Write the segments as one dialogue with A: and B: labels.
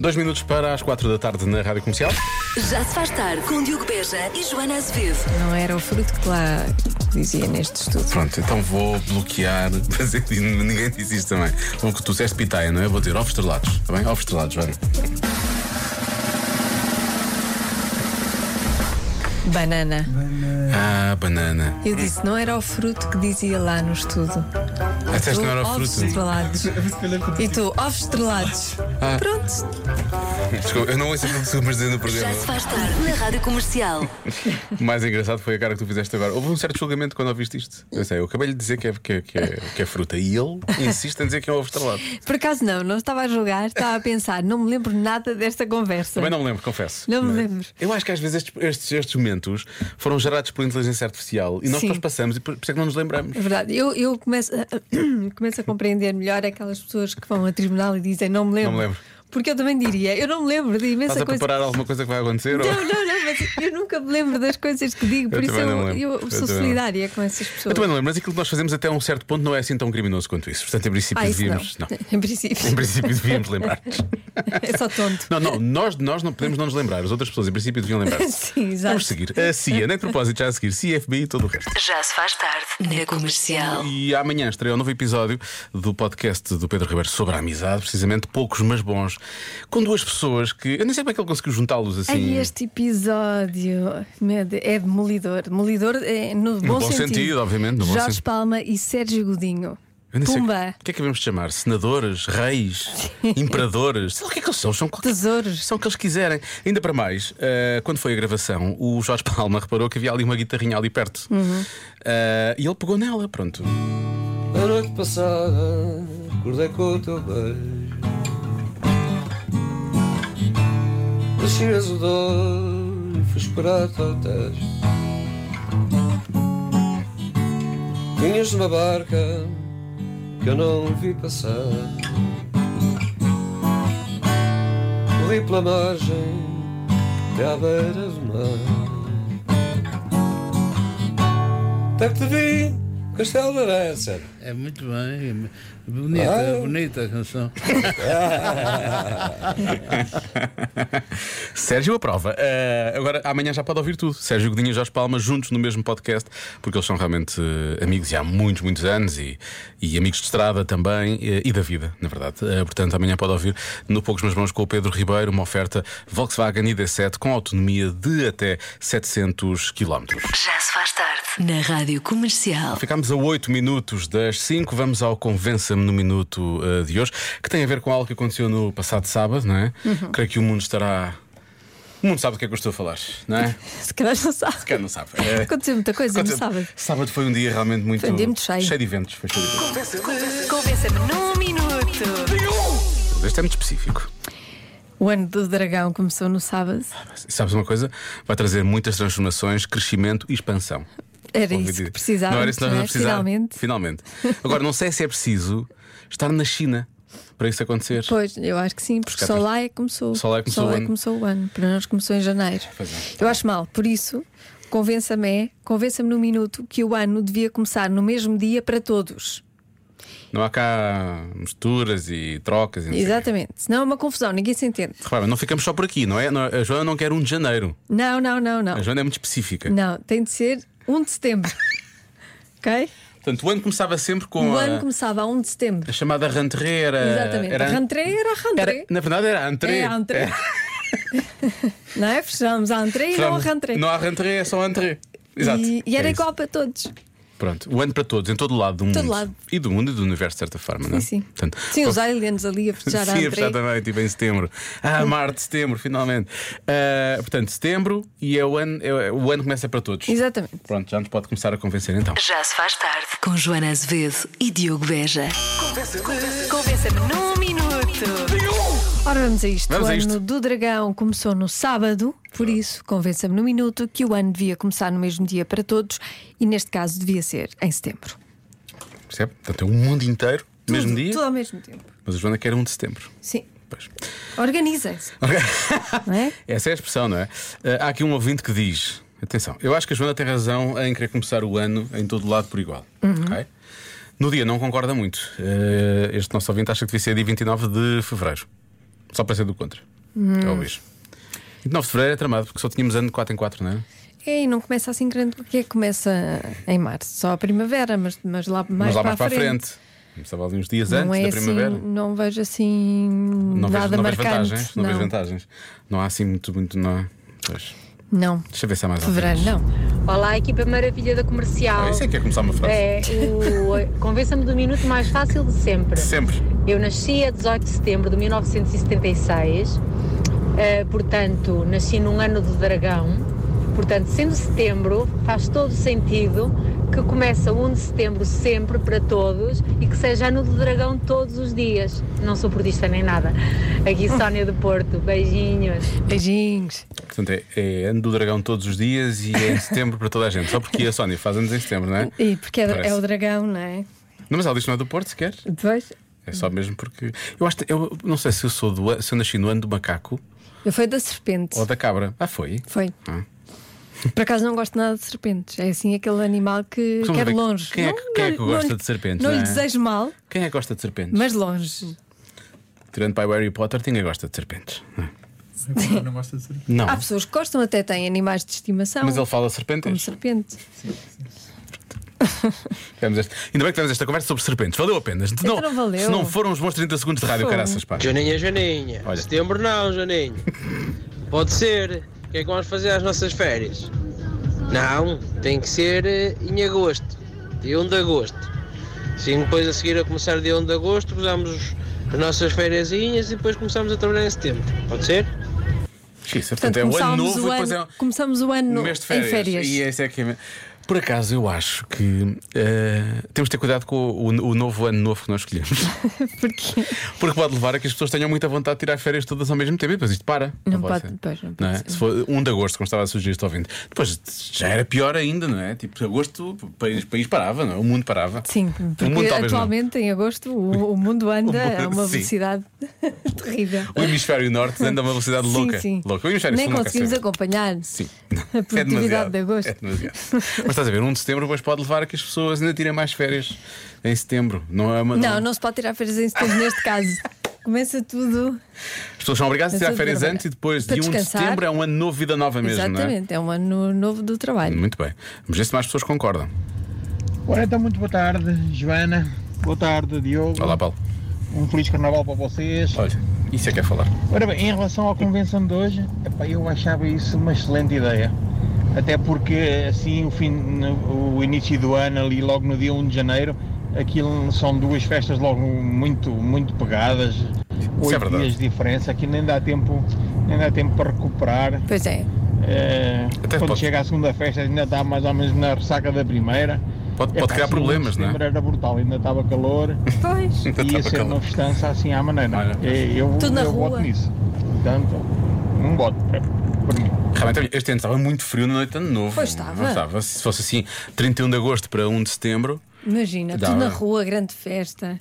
A: Dois minutos para as quatro da tarde na Rádio Comercial.
B: Já se faz tarde com Diogo Beja e Joana Azevedo.
C: Não era o fruto que lá dizia neste estudo.
A: Pronto, então vou bloquear. Mas ninguém disse isto também. O que tu disseste pitaia, não é? Vou dizer ovos estrelados, está bem? Ovos estrelados, Joana.
C: Banana.
A: Ah, banana.
C: Eu disse, não era o fruto que dizia lá no estudo.
A: Até que não era o
C: ovos
A: fruto.
C: estrelados. e tu, ovos estrelados.
A: Ah.
C: Pronto.
A: Desculpa, eu não ouço aquilo que tu dizer no
B: Já se
A: programa.
B: faz tarde na Rádio Comercial.
A: O mais engraçado foi a cara que tu fizeste agora. Houve um certo julgamento quando ouviste isto. Eu sei, eu acabei de lhe dizer que é, que, é, que, é, que é fruta e ele insiste em dizer que é um ovo estrelado.
C: Por acaso não, não estava a julgar, estava a pensar, não me lembro nada desta conversa.
A: Também não me lembro, confesso.
C: Não me
A: Mas
C: lembro.
A: Eu acho que às vezes estes, estes, estes momentos foram gerados por inteligência artificial e nós
C: Sim.
A: depois passamos e por, por isso é que não nos lembramos.
C: É verdade, eu, eu começo, a, começo a compreender melhor aquelas pessoas que vão a tribunal e dizem não me lembro.
A: Não me lembro.
C: Porque eu também diria, eu não me lembro de imensa
A: Estás a
C: coisa.
A: preparar alguma coisa que vai acontecer?
C: Não,
A: ou...
C: não, não, mas eu nunca me lembro das coisas que digo, por isso
A: também não
C: eu,
A: me lembro. Eu
C: eu sou
A: também não.
C: solidária com essas
A: Eu
C: pessoas.
A: também não lembro, mas aquilo que nós fazemos até um certo ponto não é assim tão criminoso quanto isso. Portanto, em princípio
C: Ah, isso não.
A: devíamos. não.
C: Em princípio.
A: Em princípio devíamos lembrar.
C: é só tonto.
A: Não, não, nós, nós não podemos não nos lembrar. As outras pessoas, em princípio, deviam lembrar.
C: Sim, exato.
A: Vamos seguir. A CIA, nem de propósito, já a seguir. CFB e todo o resto.
B: Já se faz tarde na Comercial.
A: E amanhã estreia um novo episódio do podcast do Pedro Ribeiro sobre a amizade, precisamente poucos mas bons, com duas pessoas que. Eu nem sei como é que ele conseguiu juntá-los assim.
C: Ai, este episódio meu Deus, é demolidor. Demolidor é no,
A: No bom sentido, obviamente, no bom
C: Jorge
A: sentido.
C: Palma e Sérgio Godinho.
A: Eu nem sei
C: Pumba,
A: O que é que devemos chamar? Senadores, reis, imperadores? Sei lá o que é que eles são? São qualquer
C: tesouros.
A: São o que eles quiserem. Ainda para mais, eh, quando foi a gravação, o Jorge Palma reparou que havia ali uma guitarrinha ali perto.
C: Uhum.
A: Eh, e ele pegou nela, pronto.
D: A noite passada acordei com o teu beijo Descias o dor e fui esperar teu tejo Vinhas numa barca que eu não vi passar Ali pela margem até à beira do mar Até que te vi, Castelo da Arança
E: É muito bem, é mu- bonita,
D: Ah.
E: bonita a canção.
A: Sérgio aprova. Eh, agora, amanhã já pode ouvir tudo. Sérgio Godinho e Jorge Palma juntos no mesmo podcast, porque eles são realmente eh, amigos há muitos, muitos anos e, e amigos de estrada também eh, e da vida, na verdade. Eh, portanto, amanhã pode ouvir no Poucos Meus Mãos com o Pedro Ribeiro uma oferta Volkswagen ID7 com autonomia de até 700 km.
B: Já se faz tarde na Rádio Comercial.
A: Ficámos a 8 minutos das 5, vamos ao Convença-me no Minuto eh, de hoje, que tem a ver com algo que aconteceu no passado sábado, não é? Creio que o mundo estará. O mundo sabe do que é que eu estou a falar, não é?
C: Se calhar não sabe.
A: Quem não sabe? É.
C: Aconteceu muita coisa, não
A: Aconteceu-
C: sabe?
A: Sábado foi um dia realmente muito,
C: Foi um dia muito cheio.
A: de eventos. Foi cheio de eventos.
B: Convença-me num minuto.
A: Este é muito específico.
C: O ano do dragão começou no sábado.
A: E Sabes uma coisa? Vai trazer muitas transformações, crescimento e expansão.
C: Era
A: Ouvi
C: isso que
A: dizer.
C: precisávamos.
A: Não era isso que nós
C: não é?
A: vamos precisar.
C: Finalmente.
A: Finalmente. Agora, não sei se é preciso estar na China para isso acontecer.
C: Pois, eu acho que sim, porque
A: cá
C: só
A: tens-
C: lá é que começou.
A: Só lá é que começou o ano.
C: começou o ano. Para nós começou em janeiro.
A: Pois é.
C: Eu acho mal, por isso, convença-me é, convença-me num minuto que o ano devia começar no mesmo dia para todos.
A: Não há cá misturas e trocas. E não sei o quê.
C: Exatamente. Senão é uma confusão, ninguém se entende.
A: Repara, não ficamos só por aqui, não é? Não, A Joana não quer 1 de janeiro.
C: Não, não, não, não.
A: A Joana é muito específica.
C: Não, tem de ser 1 de setembro. ok?
A: Portanto, o ano começava sempre com
C: O
A: a,
C: ano começava a 1 de setembro.
A: a chamada ranterreira.
C: Exatamente.
A: Eh, Era,
C: A rentrée era a rentrée.
A: era- na verdade, era a antre.
C: É a rentrée. não é? Fechámos a entrée e não a rentrée.
A: Não há rentré, é só antre. Exato.
C: E, e era
A: É isso.
C: igual para todos.
A: Pronto, o ano para todos, em todo o lado do mundo.
C: Todo lado.
A: E do mundo e do universo, de certa forma, não é?
C: sim.
A: Portanto,
C: Sim,
A: com-
C: os aliens ali a fechar a
A: Sim, a fechar
C: André.
A: também, tipo em setembro. Ah, março, setembro, finalmente. Ah, portanto, setembro e é o ano, é- o ano começa para todos.
C: Exatamente.
A: Pronto, já nos pode começar a convencer então.
B: Já se faz tarde com Joana Azevedo e Diogo Beja. Convença-me num minuto.
C: Ora, vamos a isto.
A: Vamos
C: o
A: a
C: ano
A: isto.
C: do dragão começou no sábado, por isso, convença-me no minuto que o ano devia começar no mesmo dia para todos e, neste caso, devia ser em setembro.
A: Percebe? Portanto, é o mundo inteiro, mesmo
C: Tudo-
A: dia.
C: Tudo ao mesmo tempo.
A: Mas a Joana quer 1 de setembro.
C: Sim.
A: Pois.
C: Organizem-se. Não é?
A: Essa é a expressão, não é? Ah, há aqui um ouvinte que diz: atenção, eu acho que a Joana tem razão em querer começar o ano em todo lado por igual.
C: Uhum.
A: ok? No dia não concorda muito. Eh, este nosso ouvinte acha que devia ser dia 29 de fevereiro. Só para ser do contra.
C: Uhum.
A: É o Luís. 29 de fevereiro é tramado, porque só tínhamos ano de 4 em 4, não é?
C: É, e não começa assim grande, porque é que começa em março, só a primavera, mas, mas lá
A: Mas
C: mais,
A: lá
C: para,
A: mais para a
C: frente.
A: frente. Começava ali uns dias
C: Não
A: antes
C: é
A: da
C: assim,
A: primavera.
C: não vejo assim
A: Não vejo,
C: nada
A: não vejo
C: marcante.
A: vantagens. Não. vejo vantagens. Não há assim muito, muito. Não há. Pois.
C: não,
A: Deixa eu ver se há mais
C: fevereiro
A: alguém.
C: não.
F: Olá, equipa maravilha da comercial.
A: Ah, isso é que é começar uma frase.
F: É, o Convença-me do minuto mais fácil de sempre.
A: Sempre.
F: Eu nasci a 18 de setembro de 1976, eh, portanto, nasci num ano do dragão. Portanto, sendo setembro, faz todo sentido que começa 1 de setembro sempre para todos e que seja ano do dragão todos os dias. Não sou portista nem nada. Aqui Sónia do Porto, beijinhos.
C: Beijinhos.
A: Portanto, é, é ano do dragão todos os dias e é em setembro para toda a gente. Só porque a Sónia faz anos em setembro, não é?
C: E porque é,
A: Parece.
C: é o dragão, não é?
A: Não, mas ela diz que não é do Porto sequer.
C: Depois,
A: É só mesmo porque. Eu acho que- eu não sei se eu sou do an- se eu nasci no ano do macaco
C: eu fui da serpente.
A: ou da cabra. Ah, foi.
C: Foi.
A: Ah.
C: Por acaso não gosto nada de serpentes. É assim aquele animal que
A: Vamos
C: quer
A: ver
C: longe.
A: quem é
C: Não-
A: que- quem é que
C: não-
A: gosta
C: não-
A: de serpentes,
C: Não
A: não
C: lhe
A: é?
C: desejo mal,
A: Quem é que gosta de serpentes?
C: mas longe.
A: Tirando para o Harry Potter, ninguém gosta de serpentes. Ah.
G: não gosta de ser.
A: Não.
C: Há pessoas que gostam, até têm animais de estimação,
A: Mas ele fala
C: como
A: serpentes.
C: serpente.
A: Tivemos este- Ainda bem que tivemos esta conversa sobre serpentes. Valeu a pena. Se
C: Então não valeu.
A: se não foram os bons 30 segundos de rádio,
C: Foi.
A: caraças, pá.
H: Joaninha, é Joaninha.
A: Olha.
H: Setembro não, Joaninha. Pode ser. O que é que vamos fazer às nossas férias? Não, tem que ser eh, em agosto. Dia 1 de agosto. Sim, depois a seguir a começar dia 1 de agosto, usamos as nossas férias e depois começamos a trabalhar em setembro. Pode ser?
A: Isso,
C: Portanto,
A: portanto, é o ano
C: começámos
A: novo
C: o
A: e depois
C: ano,
A: é o-
C: começamos o ano
A: no mês de férias.
C: em férias.
A: E esse é que é- Por acaso, eu acho que eh, temos de ter cuidado com o, o novo ano novo que nós escolhemos.
C: Porque
A: Porque pode levar a que as pessoas tenham muita vontade de tirar férias todas ao mesmo tempo e depois isto para.
C: Não pode-
A: ser.
C: pois, não pode
A: é?
C: ser.
A: Se for 1 de agosto, como estava a sugerir este ouvinte, depois já era pior ainda, não é? Tipo, agosto, o país, o país parava, não é? O mundo parava.
C: sim, porque
A: o mundo talvez não.
C: atualmente em agosto o, o mundo anda a uma
A: Sim.
C: velocidade terrível.
A: O hemisfério norte anda a uma velocidade
C: Sim,
A: louca.
C: sim.
A: louca. O hemisfério
C: Nem
A: sul nunca
C: conseguimos
A: se vê.
C: acompanhar
A: Sim. É
C: a
A: demasiado,
C: produtividade de agosto.
A: É demasiado. Mas estás a ver, 1 de setembro depois pode levar a que as pessoas ainda tirem mais férias em setembro. Não é uma.
C: Não, não se pode tirar férias em setembro neste caso. Começa tudo.
A: As pessoas são obrigadas a
C: Mas
A: tirar
C: tudo
A: férias
C: verdade.
A: antes e depois
C: Para
A: de 1 de
C: descansar.
A: setembro é um ano novo, vida nova mesmo,
C: Exatamente, é? um ano novo do
A: não é?
C: trabalho.
A: Muito bem. Vamos ver se mais pessoas concordam.
I: Ora, então, muito boa tarde, Joana. Boa tarde, Diogo.
A: Olá, Paulo.
I: Um feliz carnaval para vocês.
A: Olha, isso é que é falar.
I: Ora bem, em relação à convenção de hoje, epá, eu achava isso uma excelente ideia. Até porque, assim, o, fim, no- o início do ano, ali logo no dia 1 de janeiro, aquilo são duas festas logo muito, muito pegadas.
A: é
I: Oito
A: verdade.
I: dias de diferença, aqui nem dá tempo, nem dá tempo para recuperar.
C: Pois é,
I: Eh,
A: Até
I: quando
A: pode-
I: chega à segunda festa ainda está mais ou menos na ressaca da primeira.
A: Pode- pode
I: Epá,
A: criar
I: assim, o
A: problemas, não é?
I: setembro era brutal, ainda estava calor.
C: pois.
A: Ainda
I: Ia
A: estava
I: ser
A: calor.
I: uma festança assim à maneira.
A: Olha.
I: Eh, Eu,
C: Tudo na
I: eu
C: rua.
I: voto nisso. Portanto, um voto para, para mim.
A: Realmente, este ano estava muito frio na noite de ano novo.
C: Pois estava.
A: Não estava. Se fosse assim, 31 de agosto para 1 de setembro.
C: Imagina,
A: Dá,
C: tudo na
A: é?
C: rua, grande festa,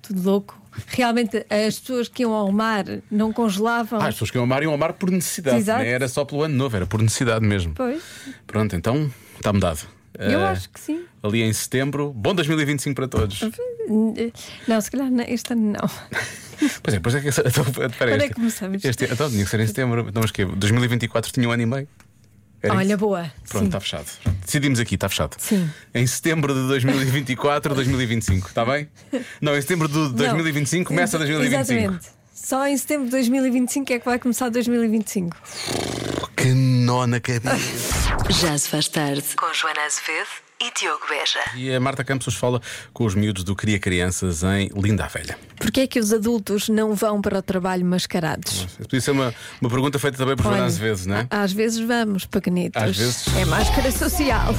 C: tudo louco. Realmente, as pessoas que iam ao mar não congelavam.
A: Ah, as pessoas que iam ao mar iam ao mar por necessidade.
C: Exato.
A: Não era só pelo ano novo, era por necessidade mesmo.
C: Pois,
A: Pronto, então está mudado.
C: eu
A: Eh,
C: acho que sim.
A: Ali em setembro, bom 2025 para todos.
C: Não, se calhar este ano não.
A: Pois é, pois é que. Então, espera,
C: é que
A: este-
C: começamos?
A: Este, então tinha que ser em setembro. Então, mas que 2024 tinha um ano e meio. Era
C: Olha,
A: isso?
C: boa.
A: Pronto, então, está fechado. Decidimos aqui, está fechado.
C: Sim.
A: Em setembro de 2024, 2025, está tá bem? Não, em setembro de 2025
C: Não.
A: começa 2025.
C: Exatamente. Só em setembro de 2025 é que vai começar 2025.
A: Que nó na cabeça.
B: Já se faz tarde com Joana Azevedo e Diogo Beja.
A: E a Marta Campos fala com os miúdos do Cria Crianças em Linda a Velha.
C: Porquê é que os adultos não vão para o trabalho mascarados?
A: Podia ser uma, uma pergunta feita também por Joana
C: Olha,
A: às vezes, não é?
C: a- Às vezes vamos, pequenitos.
A: Às vezes.
C: É máscara social.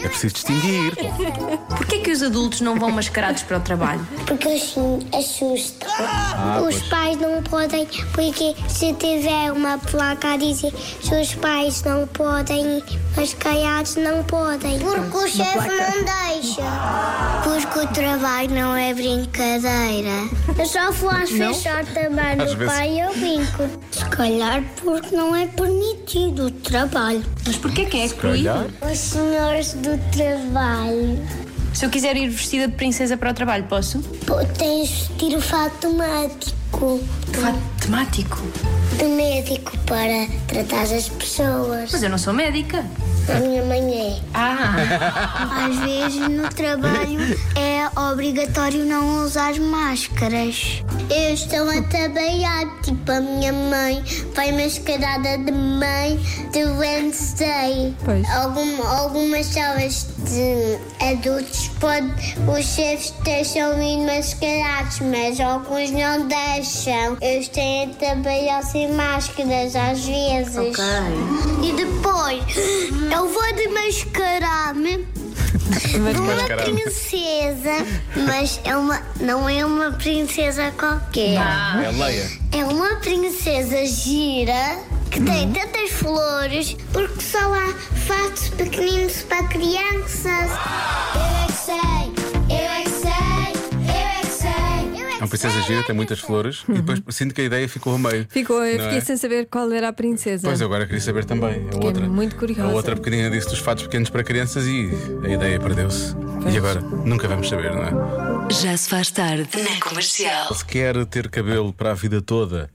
A: É preciso distinguir.
C: É
J: Porquê que os adultos não vão mascarados para o trabalho?
K: Porque assim assusta. Os pais não podem, porque se tiver uma placa a dizer que os pais não podem, mas caiados não podem. Porque o chefe não deixa. Porque o trabalho não é brincadeira. Eu só vou às fechar também
A: Às
K: do
A: vezes.
K: pai eu brinco. Se calhar porque não é permitido o trabalho.
J: Mas porquê que é proibido?
K: Os senhores do trabalho
J: Se eu quiser ir vestida de princesa para o trabalho, posso?
K: Pô, Tens de vestir o fato temático.
J: Fato temático?
K: De médico para tratar as pessoas.
J: Mas eu não sou médica.
K: A minha mãe é.
J: Ah.
K: Às vezes no trabalho é obrigatório não usar máscaras. Eu estou a trabalhar, tipo a minha mãe vai mascarada de mãe de Wednesday.
C: Pois.
K: Algum- algumas salas de adultos pode, os chefes deixam ir mascarados, mas alguns não deixam. Eles têm de trabalhar sem máscaras às vezes. E depois eu vou desmascarar-me de uma
A: Desmascarar-me.
K: princesa, mas é uma, não é uma princesa qualquer.
A: É Leia.
K: É uma princesa gira que
A: Uhum.
K: tem tantas flores porque só há fatos pequeninos para crianças. Eu é que sei, eu é que sei, eu é que sei. Eu é
A: É uma princesa gira, tem muitas flores e depois sinto que a ideia ficou a meio.
C: Ficou, eu
A: Não
C: fiquei
A: é?
C: sem saber qual era a princesa.
A: Pois agora queria saber também. A
C: Fiquei
A: outra.
C: muito curiosa.
A: A outra pequenina disse dos fatos pequenos para crianças e a ideia perdeu-se. E agora? Nunca vamos saber, não é?
B: Já se faz tarde na comercial.
A: Se quer ter cabelo para a vida toda.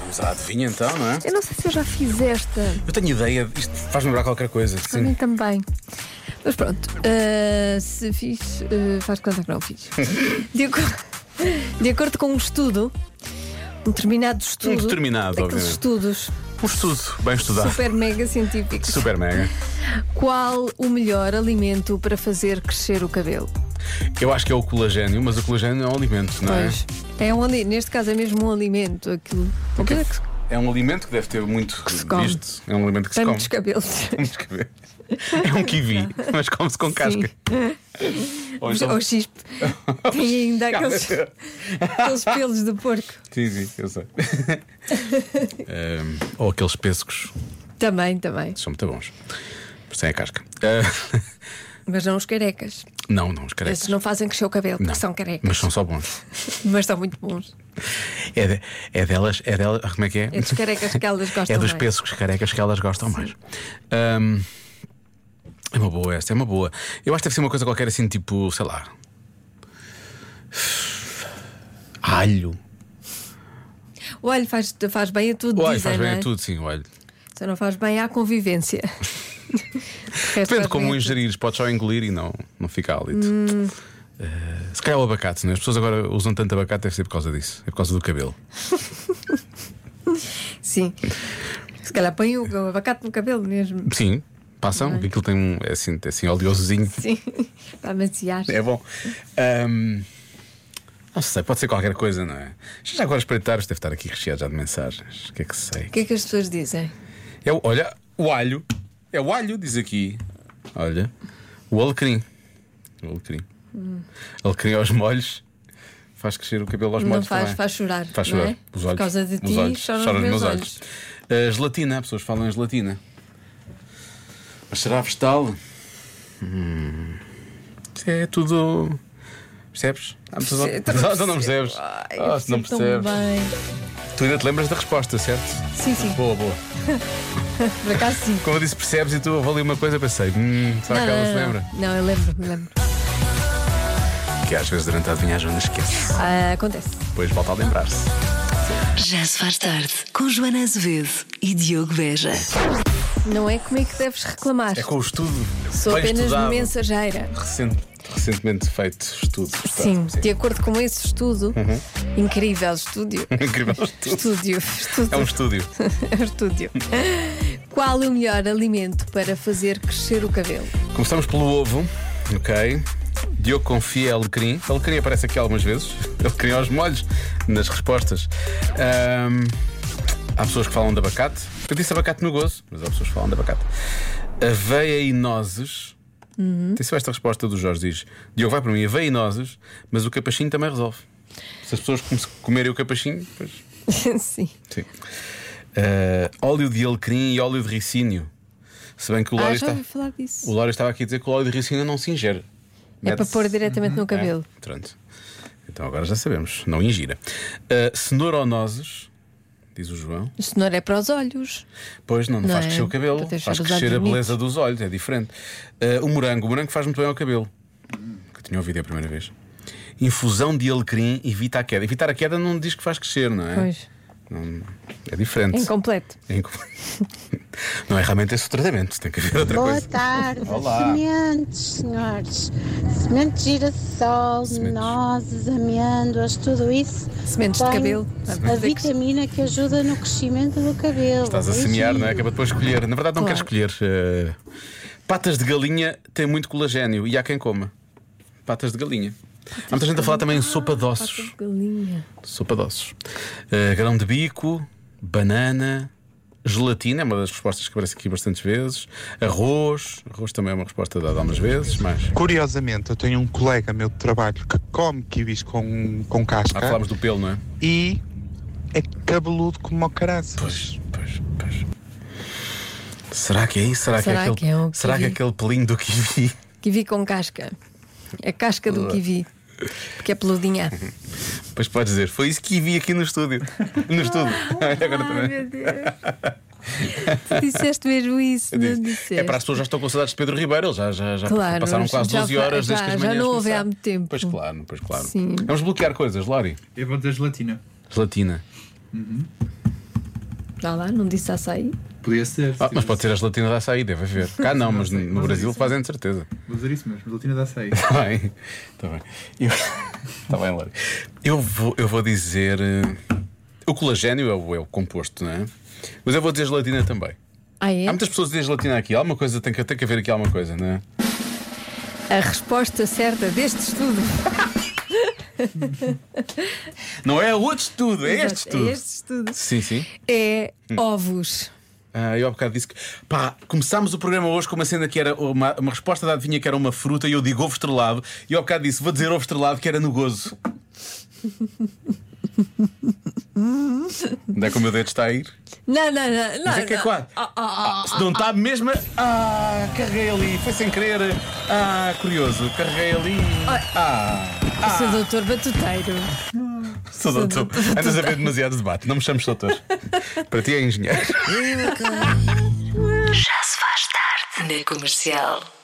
A: Vamos à adivinha então, não é?
C: Eu não sei se eu já fiz esta.
A: Eu tenho ideia, isto faz-me lembrar qualquer coisa.
C: A mim
A: Sim.
C: também. Mas pronto, ah, se fiz, ah, faz conta que não fiz. De, acor- de acordo com um estudo, um determinado estudo.
A: Um determinado,
C: Aqueles
A: obviamente.
C: estudos
A: Um estudo bem estudado.
C: super mega científicos.
A: Super mega.
C: Qual o melhor alimento para fazer crescer o cabelo?
A: Eu acho que é o colagênio, mas o colagênio é um alimento, não é?
C: Pois. É um, ali- neste caso é mesmo um alimento, aquilo. aquilo é que se-
A: É um alimento que deve ter muito que
C: se come.
A: visto. É um alimento que
C: tem muitos
A: se
C: cabelos.
A: come. Muitos cabelos. É um kiwi, mas come-se com casca. Ou então-
C: Ou chispe. Tem ainda aqueles, aqueles pelos de porco.
A: Sim, sim, eu sei. Ahm, ou aqueles pêssegos,
C: Também, também.
A: são muito bons. Sem a casca. Ah,
C: Mas não os carecas.
A: não, não, os
C: Esses
A: carecas.
C: não fazem crescer o cabelo, porque são carecas.
A: Mas são só bons.
C: Mas são muito bons.
A: É, de- é delas, é delas. ah, Como é que é?
C: É dos carecas que elas gostam
A: É dos
C: mais.
A: pêssegos carecas que elas gostam mais. Ahm, é uma boa esta, é uma boa. Eu acho que deve ser uma coisa qualquer assim, tipo, sei lá. Alho.
C: O alho faz, faz bem a tudo,
A: O alho
C: dizem,
A: faz bem
C: não é?
A: a tudo, sim, o alho.
C: Só não faz bem à convivência. É
A: Depende de como um o ingerires, podes só engolir e não, não fica hálito.
C: Hum.
A: Se calhar o abacate, não é? As pessoas agora usam tanto abacate, deve ser por causa disso. É por causa do cabelo.
C: Sim. Se calhar põe o o abacate no cabelo mesmo.
A: Sim, passam,
C: Bem.
A: que aquilo tem um. É assim, é assim oleosozinho.
C: Sim. Para amaciar.
A: É bom. Ahm, não sei, pode ser qualquer coisa, não é? Já agora espreitar, isto deve estar aqui recheado já de mensagens. O que é que sei?
C: O que é que as pessoas dizem?
A: É, o- olha, o alho. É o alho, diz aqui. Olha, o alecrim. O alecrim.
C: Hum.
A: Alecrim aos molhos. Faz crescer o cabelo aos
C: não
A: molhos
C: faz,
A: também.
C: faz chorar.
A: Faz
C: não
A: chorar.
C: é?
A: Os olhos.
C: Por causa de
A: os
C: ti,
A: olhos.
C: choram
A: Choram
C: os meus olhos.
A: olhos. A gelatina, as pessoas falam em gelatina. Mas será vegetal? Hum. Isto é tudo. Percebes? Ah, mas
C: Perce-
A: tu não- tu não percebes.
C: Ai,
A: Ah, tu não
C: então percebo
A: percebes.
C: tão bem.
A: Tu ainda te lembras da resposta, certo?
C: Sim, sim.
A: Boa, boa.
C: Por acaso sim.
A: Como eu disse, percebes e tu avali uma coisa, pensei, hum, será que ela se
C: não,
A: lembra?
C: não. Não, eu lembro-me, lembro.
A: Que às vezes durante a adivinhagem não esquece.
C: Ah, acontece.
A: Depois volta a lembrar-se.
B: Já se faz tarde com Joana Azevedo e Diogo Veja.
C: Não é comigo que deves reclamar.
A: É com o estudo.
C: Sou
A: bem
C: apenas
A: estudado,
C: mensageira.
A: recente- recentemente feito estudo.
C: Sim, de acordo com esse estudo,
A: Uhum.
C: incrível estúdio.
A: Incrível estudo.
C: Estúdio, estúdio.
A: É um estúdio.
C: É um estúdio. Qual o melhor alimento para fazer crescer o cabelo?
A: Começamos pelo ovo, ok? Diogo confia em alecrim. Alecrim aparece aqui algumas vezes. Alecrim aos molhos nas respostas. Ahm, há pessoas que falam de abacate. Eu disse abacate no gozo, mas há pessoas que falam de abacate. Aveia e nozes.
C: Uhum.
A: Atenção a esta resposta do Jorge diz: Diogo vai para mim, aveia e nozes, mas o capachinho também resolve. Se as pessoas come- comerem o capachinho, pois.
C: Sim.
A: Sim. Ah, óleo de alecrim e óleo de ricínio. Se bem que o
C: ah,
A: Lório
C: já
A: está.
C: ouvi falar disso.
A: O Lório estava aqui a dizer que o óleo de ricina não se ingere.
C: É para
A: Mete-se-
C: pôr diretamente no cabelo.
A: É, pronto. Então agora já sabemos, não ingira. Uh, cenoura ou nozes, diz o João.
C: O cenoura é para os olhos.
A: Pois não, não,
C: Não
A: faz
C: é?
A: crescer o cabelo,
C: Para deixar
A: faz
C: os
A: crescer a
C: olhos
A: Ah, beleza dos olhos, é diferente. Uh, o morango, o morango faz muito bem ao cabelo. tinha ouvido a primeira vez. Infusão de alecrim evita a queda. Evitar a queda não diz que faz crescer, não é?
C: Pois.
A: Não- é diferente.
C: Incompleto.
A: É incom- não é realmente esse o tratamento, tem que haver outra
L: Boa
A: coisa.
L: tarde,
A: Olá.
L: sementes, senhores. Sementes de girassol, nozes, amêndoas, tudo isso.
C: Sementes
L: tem
C: de cabelo.
L: A vitamina que ajuda no crescimento do cabelo.
A: Estás a semear, não é? Acaba depois de escolher. Na verdade, não
L: Claro.
A: queres escolher. eh, Patas de galinha têm muito colagênio e há quem coma. Patas de galinha. há muita gente a falar também em sopa de ossos.
C: um Ah, Galinha.
A: Sopa de ossos. Eh, grão de bico, banana, gelatina, é uma das respostas que aparece aqui bastantes vezes. Arroz, arroz também é uma resposta dada algumas vezes, mas.
M: Curiosamente, eu tenho um colega meu de trabalho que come kiwis com, com
A: Ah,
M: casca
A: falámos do pelo, não é?
M: e é cabeludo como o caraças.
A: Pois, pois, pois. Será que é isso? Será,
C: Será
A: que é aquele,
C: que é o
A: será que é
C: kiwi?
A: aquele pelinho do kiwi?
C: Kiwi com casca. A casca do
A: Boa.
C: kiwi. Porque é peludinha.
A: Pois podes dizer, foi isso que vi aqui no estúdio.
C: Ah,
A: No estúdio. Ah, Agora
C: Ai,
A: também.
C: meu Deus. Tu disseste mesmo isso,
A: Eu
C: não
A: disse,
C: disseste?
A: É para as pessoas já estão com saudades de Pedro Ribeiro, eles já, já, já
C: Claro,
A: passaram quase
C: já
A: 12
C: foi-
A: horas desde
C: já-
A: que as
C: já
A: manhãs
C: não houve há
A: começaram.
C: muito tempo.
A: Pois claro, pois claro.
C: Sim.
A: Vamos bloquear coisas, Lori.
G: Eu vou dizer gelatina.
A: Gelatina.
C: Vá lá, não disse açaí.
A: Podia ser. Ah, mas pode ser a gelatina da açaí, deve haver. Cá não, mas no
G: é
A: Brasil fazem de certeza.
G: Vou dizer isso mesmo, gelatina de açaí.
A: Está bem, está bem. Eu... Está bem, Lori. Eu vou, eu vou dizer. eh, O colagênio é o, é o composto, não é? Mas eu vou dizer gelatina também.
C: Ah, é?
A: Há muitas pessoas a dizer gelatina aqui. Há alguma coisa, tem que, tem que haver aqui alguma coisa, não é?
C: A resposta certa deste estudo.
A: Não é outro estudo, é
C: Exato,
A: este estudo. Hum.
C: É este estudo.
A: Sim, sim.
C: É ovos.
A: Ah, eu há bocado disse que. Pá, começámos o programa hoje com uma cena que era uma, uma resposta da adivinha que era uma fruta e eu digo ovo estrelado. E eu há bocado disse, vou dizer ovo estrelado que era no gozo. Onde é que o meu dedo está a ir?
C: Não, não, não.
A: Mas
C: não,
A: é que é
C: não.
A: quase.
C: Ah, ah, ah,
A: Se não
C: ah,
A: está mesmo. Ah, carreguei ali, foi sem querer. Ah, curioso, carreguei ali. Ah,
C: ah. Sou doutor batuteiro.
A: sou doutor. Andas a ver demasiado debate, não me chames doutor. Para ti é engenheiro.
B: Já se faz tarde na comercial.